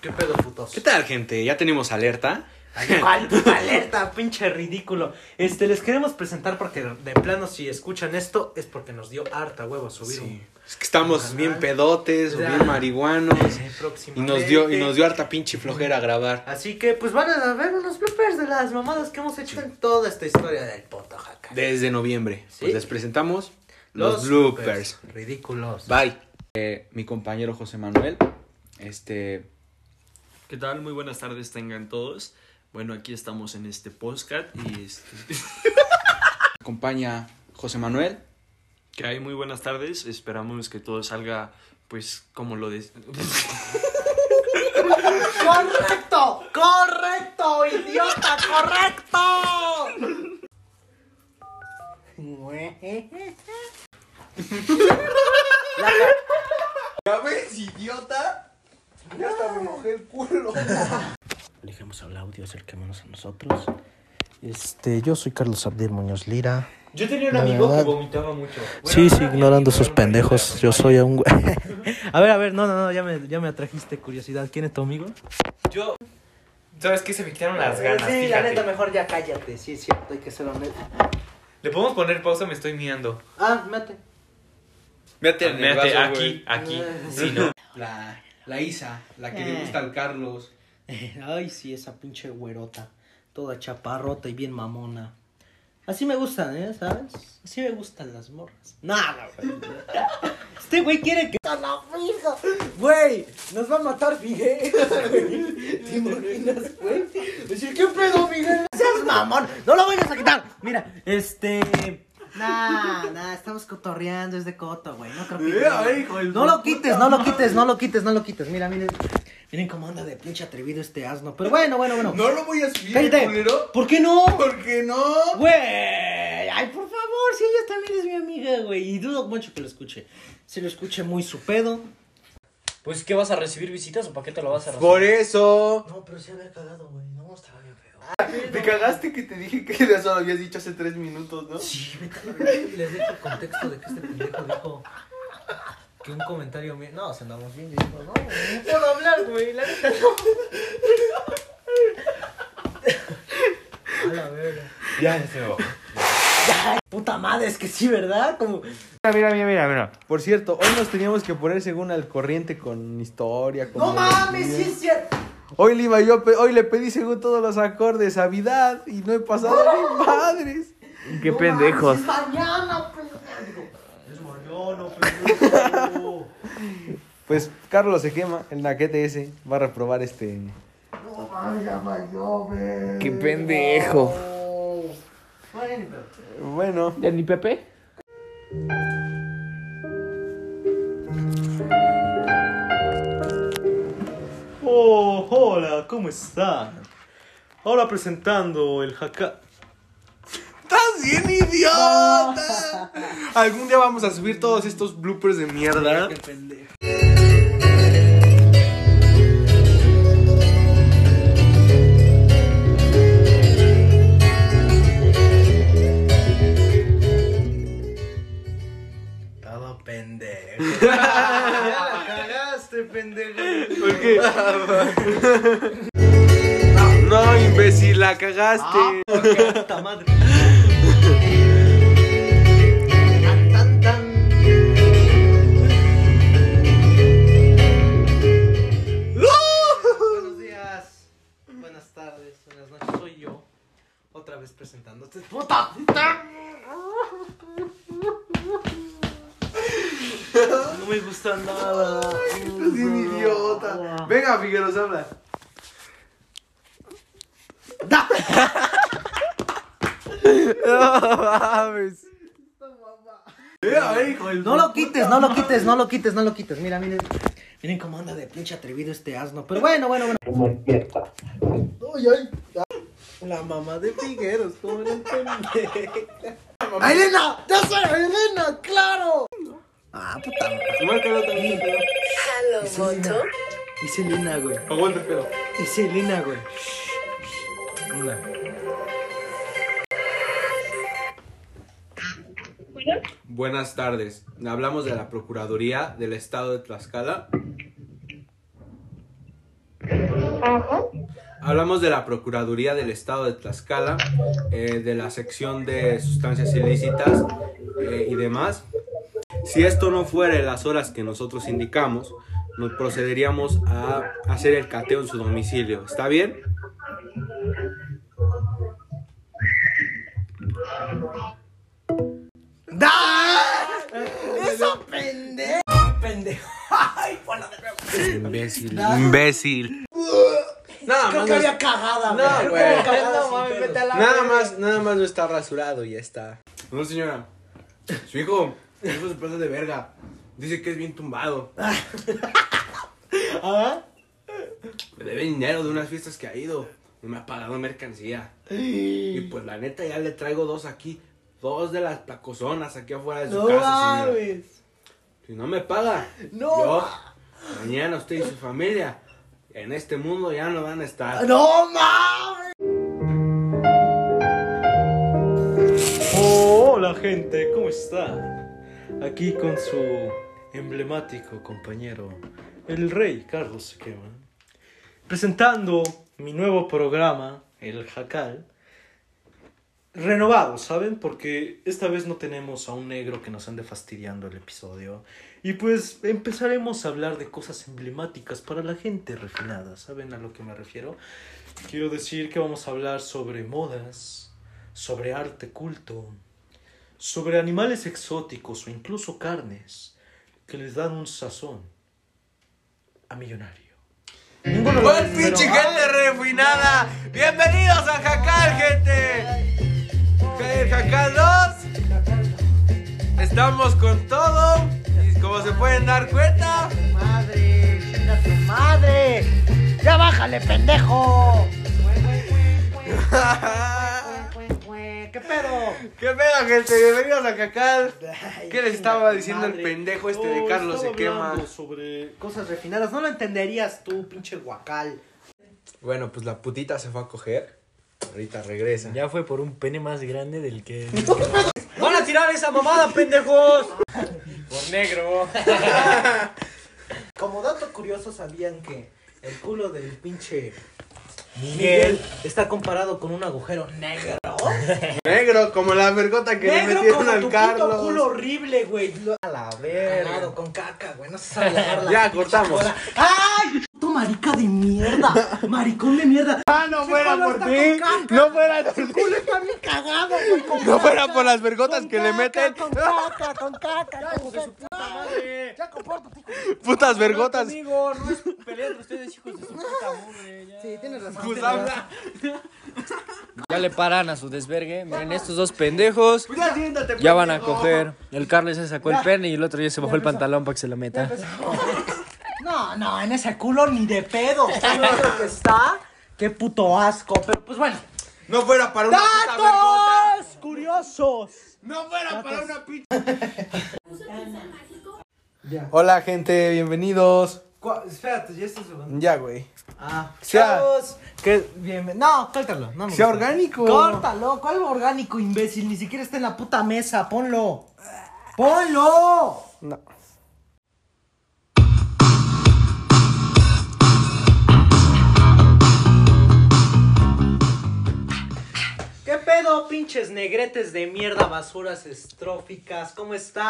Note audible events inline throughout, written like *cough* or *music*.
¿Qué pedo, putos? ¿Qué tal, gente? Ya tenemos alerta. Ay, ¿cuál *laughs* puta alerta, pinche ridículo. Este, les queremos presentar porque de plano si escuchan esto es porque nos dio harta huevo subir. Sí. un- Es que estamos Ojalá. bien pedotes o Ya. bien marihuanos. eh, Y próximamente. nos dio, y nos dio harta pinche flojera grabar. Así que pues van a ver unos bloopers de las mamadas que hemos hecho en toda esta historia del Poto Jaca. Desde noviembre. Sí. Pues les presentamos los, bloopers. Ridículos. Bye. Eh, mi compañero José Manuel. Este. ¿Qué tal? Muy buenas tardes tengan todos. Bueno, aquí estamos en este podcast y este, Acompaña José Manuel. que hay muy buenas tardes. Esperamos que todo salga pues como lo de... ¡Correcto! ¡Correcto, idiota! ¡Correcto! ¿Ya ves, idiota? Ya hasta me mojé el culo. Alejemos al audio, acerquémonos a nosotros. Este, yo soy Carlos Abdel Muñoz Lira. Yo tenía un La amigo verdad. que vomitaba mucho. Bueno, sí, sí, ahora ignorando mi amigo esos era un pendejo. pendejos, yo soy a un güey. *laughs* a ver, a ver, no, no, no, ya me, ya me atrajiste curiosidad. ¿Quién es tu amigo? Yo, ¿Sabes qué? Se me quitaron las ganas. sí, la fíjate. neta, mejor ya cállate. Sí, es cierto, hay que ser honesto. Le podemos poner pausa, me estoy mirando. Ah, mate. Vete, Mírate, aquí, aquí. Ah. Sí, ¿no? La, la Isa, la que le Eh. gusta al Carlos. *laughs* Ay, sí, esa pinche güerota. Toda chaparrota y bien mamona. Así me gustan, ¿eh? ¿Sabes? Así me gustan las morras. Nada, güey. *laughs* Este güey quiere que. ¡A la verga! Güey, nos va a matar *laughs* Miguel. güey. ¿Te imaginas, güey? Decir, ¿qué pedo, Miguel? ¡Seas mamón! ¡No lo vayas a quitar! Mira, este. Nah, nah, estamos cotorreando, es de coto, güey. No creo que. no lo quites, no lo quites, no lo quites, no lo quites. Mira, miren. Miren cómo anda de pinche atrevido este asno. Pero bueno, bueno, bueno. No lo voy a subir, Cállate. culero. ¿Por qué no? ¿Por qué no? Güey. Ay, por favor, si ella también es mi amiga, güey. Y dudo mucho que lo escuche. Se lo escuche muy su pedo. Pues, ¿qué vas a recibir visitas o para qué te lo vas a recibir? Por eso. No, pero sí haber cagado, güey. No, estaba bien feo. Ah, Te cagaste que te dije que ya solo habías dicho hace tres minutos, ¿no? Sí, vete a la verga, y Les dejo el contexto de que este pendejo dijo que un comentario mío. No, se andamos bien. y dijo, no, güey, no puedo hablar, güey. La neta no. A la verga. Puta madre, es que sí, ¿verdad? Como. Mira, mira, mira, mira. Por cierto, hoy nos teníamos que poner según al corriente con historia, con... No mames, sí es cierto. Hoy le, iba yo, pe- hoy le pedí según todos los acordes a Vidad y no he pasado *laughs* ni madres. Qué pendejos. Es mañana, pendejo. Es moriono, pendejo. Pues Carlos se quema, el naquete ese va a reprobar este... No mames, ya valió, güey. Qué pendejo. Bueno, pero- Bueno, ¿Ni Pepe? Oh, hola, ¿cómo están? Ahora presentando el jaca. ¡Estás bien idiota! Algún día vamos a subir todos estos bloopers de mierda. Todo *laughs* pendejo. ya la cagaste, pendejo. ¿Por qué? No, imbécil, la Ah, cagaste. Puta madre. Tan, tan, tan. *laughs* Buenos días, buenas tardes, buenas noches. Soy yo, otra vez presentándote. ¡Puta! No me gusta nada. Estás bien idiota. Venga, Figueros, habla. No mames. Mira, hijo, el No lo quites, no lo quites, no lo quites, no lo quites. Mira, miren. Miren cómo anda de pinche atrevido este asno. Pero bueno, bueno, bueno. La mamá de Figueros, ¿cómo no entendí? ¡Ah, ¡Elena! ¡Ya soy Elena! ¡Claro! Ah, puta. Márcalo también. Es Elena. Es Elena, güey. Aguanta el pelo. Es Elena, güey. Buenas tardes. Hablamos de la Procuraduría del Estado de Tlaxcala. Hablamos de la Procuraduría del Estado de Tlaxcala, eh, de la sección de sustancias ilícitas eh, y demás. Si esto no fuera en las horas que nosotros indicamos, nos procederíamos a hacer el cateo en su domicilio. ¿Está bien? Pendejo. Imbécil. Imbécil. Nada Creo más, que no- había cagada, No, güey. Cagada sin pedos. nada más, nada más no está rasurado y ya está. No, señora. Su hijo, su hijo se pasa de verga. Dice que es bien *laughs* tumbado. ¿Ah? Me debe dinero de unas fiestas que ha ido. Y me ha pagado mercancía. Y pues la neta ya le traigo dos aquí. Dos de las placozonas aquí afuera *laughs* de su No casa, señora. mames. Si no me paga, No. yo, mañana usted y su familia en este mundo ya no van a estar. No mames. Hola gente, ¿cómo está? Aquí con su emblemático compañero, el rey Carlos Quema, presentando mi nuevo programa, El Jacal, renovado, ¿saben? Porque esta vez no tenemos a un negro que nos ande fastidiando el episodio. Y pues empezaremos a hablar de cosas emblemáticas para la gente refinada, ¿saben a lo que me refiero? Quiero decir que vamos a hablar sobre modas, sobre arte culto, sobre animales exóticos o incluso carnes que les dan un sazón a millonario. Ninguno lo ¡Buen hace, pinche pero- gente refinada! ¡Bienvenidos a Jacal, gente! El Jacal 2 Estamos con todo Y como se pueden dar cuenta *laughs* Madre, chinga tu madre. Ya bájale, pendejo. ¿Qué pedo? ¡Qué pedo, gente! ¡Bienvenidos a Jacal! Ay, ¿Qué les chinga estaba tu diciendo el madre. pendejo este de No, Carlos se estaba quema? hablando Sobre... Cosas refinadas, no lo entenderías tú, pinche guacal. Bueno, pues la putita se fue a coger Ahorita regresa Ya fue por un pene más grande del *laughs* que... ¡Van a tirar esa mamada, pendejos! por negro. Como dato curioso, sabían que el culo del pinche Miguel está comparado con un agujero negro. Negro, como la vergota que le negro metieron como tu al Carlos puto culo horrible, güey. Lo A la ganado con caca, güey. No se sabe lavar *laughs* la Ya, pinche cortamos. cola. ¡Ay! ¡Puto marica de mierda! ¡Maricón de mierda! ¡Ah, no fuera por ti! ¡No fuera por ti! ¡Culo está bien cagado, güey! con ¡No fuera caca, por las vergotas con que le caca, meten! ¡Con caca, con *laughs* caca! ¡Ya, hijos de su puta madre! ¡Ya, compórtate, hijo de su ¡Putas vergotas! amigo! No es... Pelean ustedes, hijos de su puta madre. Sí, tienes razón. Pues tienes razón. habla. Ya le paran a su desvergue. Miren, estos dos pendejos Pues ya siéntate. ya van a pendejo. coger. El Carlos se sacó el pene y el otro ya se bajó el pantalón para que se lo meta. No, no, en ese culo ni de pedo. Qué negro que está. Qué puto asco. Pero pues bueno. No fuera para una puta vergota. ¡Datos curiosos! No fuera para una pinche. Hola, gente, bienvenidos. Espérate, ya estás grabando. Ya, güey. Ah, Sea- chavos. Que bien. No, córtalo. No me Sea gusta. orgánico. Córtalo. ¿Cuál orgánico, imbécil? Ni siquiera está en la puta mesa. Ponlo. ¡Ponlo! No. ¿Qué pedo, pinches negretes de mierda, basuras estróficas? ¿Cómo están?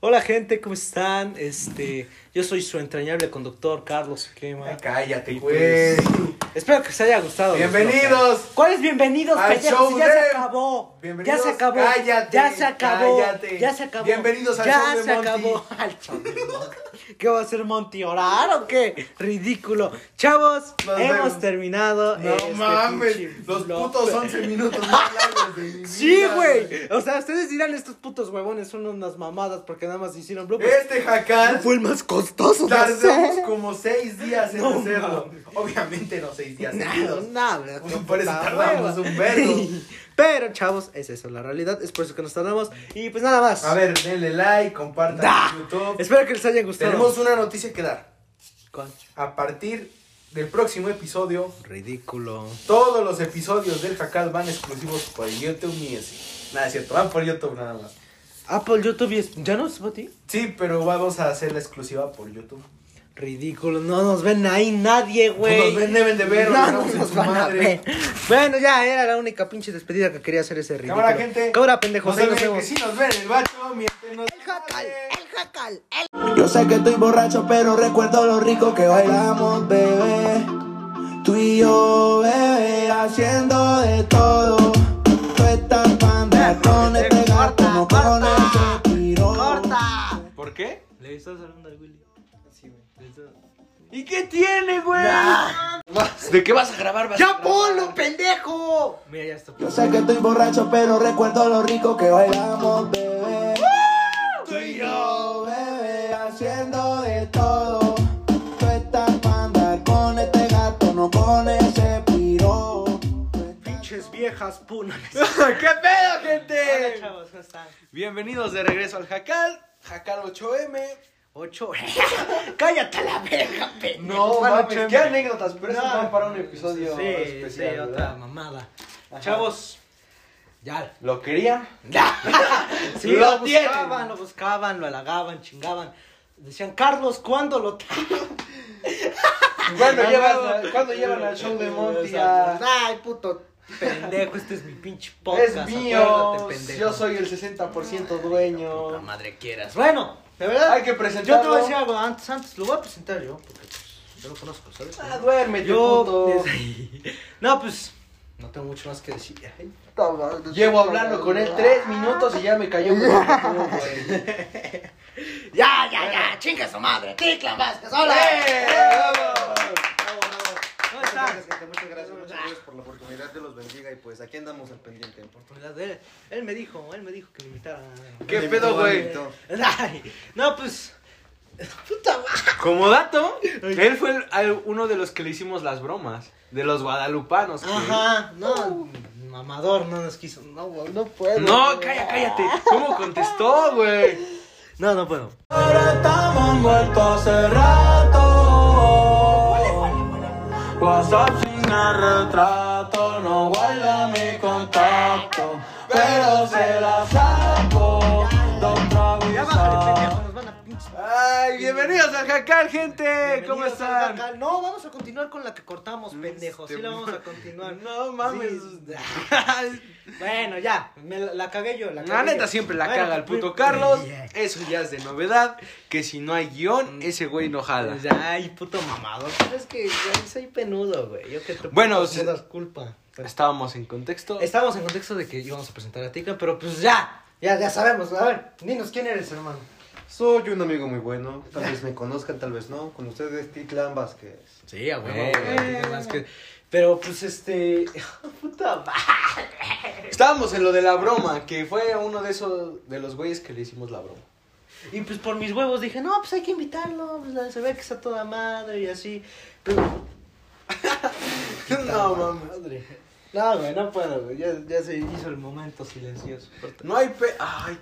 Hola gente, ¿cómo están? Este, yo soy su entrañable conductor Carlos Quema. Cállate, güey. Espero que os haya gustado. Pues, Bienvenidos. ¿Cuáles bienvenidos, Al pendejos? show Ya de- se acabó. Bienvenidos, ya se acabó. cállate, ya se acabó. cállate. Ya se acabó. Bienvenidos al ya show de se Monty. acabó. *laughs* Al show de Monty. ¿Qué va a hacer Monty? ¿Orar o qué? Ridículo. Chavos, Nos hemos vemos. terminado. No este pinche mames, los vlog. putos 11 minutos más largos de mi vida. Sí, güey. O sea, ustedes dirán, estos putos huevones son unas mamadas porque nada más hicieron bloopers. Este jacal Fue el más costoso de tardamos hacer. como 6 días en No hacerlo. Obviamente no 6 días seguidos. Nah, nah, qué Por eso puta tardamos hueva. un vergo. *laughs* Pero, chavos, es eso la realidad. Es por eso que nos tardamos. Y pues nada más. A ver, denle like, compartan Da. en YouTube. Espero que les haya gustado. Tenemos una noticia que dar. Con- A partir del próximo episodio, Ridículo. todos los episodios del Jacal van exclusivos por YouTube Music. Nada, es cierto, van por YouTube nada más. Apple, YouTube y... es- ¿Ya no es para ti? Sí, pero vamos a hacer la exclusiva por YouTube. Ridículo, no nos ven ahí nadie, güey. nos ven, deben de ver, No, güey, no no, nos su van a madre. ver. Bueno, ya era la única pinche despedida que quería hacer ese ridículo. Cámara, gente. Cámara, pendejos. ahí nos vemos. nos ven el bacho, mienten, El jacal, el jacal, el Yo sé que estoy borracho, pero recuerdo lo rico que bailamos, bebé. Tú y yo, bebé, haciendo de todo. Tú estás panda con este gato, no con ese tirón. corta. ¿Por qué? Le estás hablando al Willy. ¿Y qué tiene, güey? ¿De qué vas a grabar? vas a ¡Ya grabar? ponlo, pendejo! Mira, ya está. Yo sé que estoy borracho, pero recuerdo lo rico que bailamos, bebé. Tú y yo, bebé, haciendo de todo. Tú estás panda con este gato, no con ese pirón. Tú estás- Pinches viejas punas. ¿Qué pedo, gente? chavos, ¿cómo están? Bienvenidos de regreso al Jacal. Jacal 8M. Ocho. Cállate la verga, pendejo. No, pues, Bueno, mames, ocho- qué anécdotas, pero eso No. no para un episodio Sí, especial. sí, ¿verdad? otra mamada. Chavos, Ya. ¿lo querían? Sí, Lo lo, tienen. buscaban, lo buscaban, lo halagaban, chingaban. Decían, Carlos, ¿cuándo lo ¿Cuándo, llevas, ¿cuándo llevan al show de Monty a... Ay, puto pendejo, este es mi pinche podcast. Es mío, acuérdate, pendejo. yo soy el 60% dueño. madre quieras. Bueno, de verdad. Hay que Yo te voy a presentarlo. decir algo antes, antes, lo voy a presentar yo, porque pues, yo lo conozco, ¿sabes? Ah, duérmete, Yo. puto. *laughs* No, pues. No tengo mucho más que decir. Ay, Llevo hablando con él tres minutos y ya me cayó. un poquito, güey. Ya, ya, ya, chinga su madre. Tecla Vázquez, hola. ¡Eh! ¡Bravo! ¿Cómo estás? Gente, muchas gracias, muchas gracias por la oportunidad, Dios los bendiga y pues aquí andamos al pendiente. Oportunidad de Él, él me dijo, él me dijo que le invitaran. ¿Qué Me pedo, invitó, me güey? invitó. eh, Ay, no, pues. Puta madre. Como dato, él fue el- al- uno de los que le hicimos las bromas. De los guadalupanos. que- Ajá, no. Mamador no nos quiso. No, güey, no puedo. No, calla, cállate. ¿Cómo contestó, güey? No, no puedo. Ahora estamos muertos hace rato. WhatsApp sin el retrato, no guarda mi contacto, pero se la saco. Dos tragos y Ya bájale, Ah. sal. pendejo, nos van a pinche. Ay, bienvenidos al Jacal, gente. ¿Cómo Bienvenidos al están? Este, Jacal. No, vamos a continuar con la que cortamos, pendejo. Sí, la vamos a continuar. No mames. Sí. Bueno, ya. Me la, la cagué yo. La, *laughs* La cagué neta yo. siempre la Bueno, caga el pues, puto pues, Carlos. yeah. Eso ya es de novedad. Que si no hay guión, ese güey no jala. Pues, Ay, puto mamado. Pero es que yo soy penudo, güey. Yo que te Bueno, puedo se- dar culpa. Estábamos en contexto. Estábamos en contexto de que íbamos a presentar a Tica, pero pues ya. Ya, ya sabemos. A ver, dinos quién eres, hermano. Soy un amigo muy bueno, tal vez me conozcan, tal vez no. Con ustedes, Titlán Vázquez. Sí, a huevo, Pero pues *laughs* este. Puta madre. Estábamos en lo de la broma, que fue uno de esos de los güeyes que le hicimos la broma. Y pues por mis huevos dije, no, pues hay que invitarlo. Pues la- se ve que está toda madre y así. *laughs* Pero. No mames. Madre. No, güey, no puedo, güey. Ya, ya se hizo el momento silencioso. No hay pe. Ay,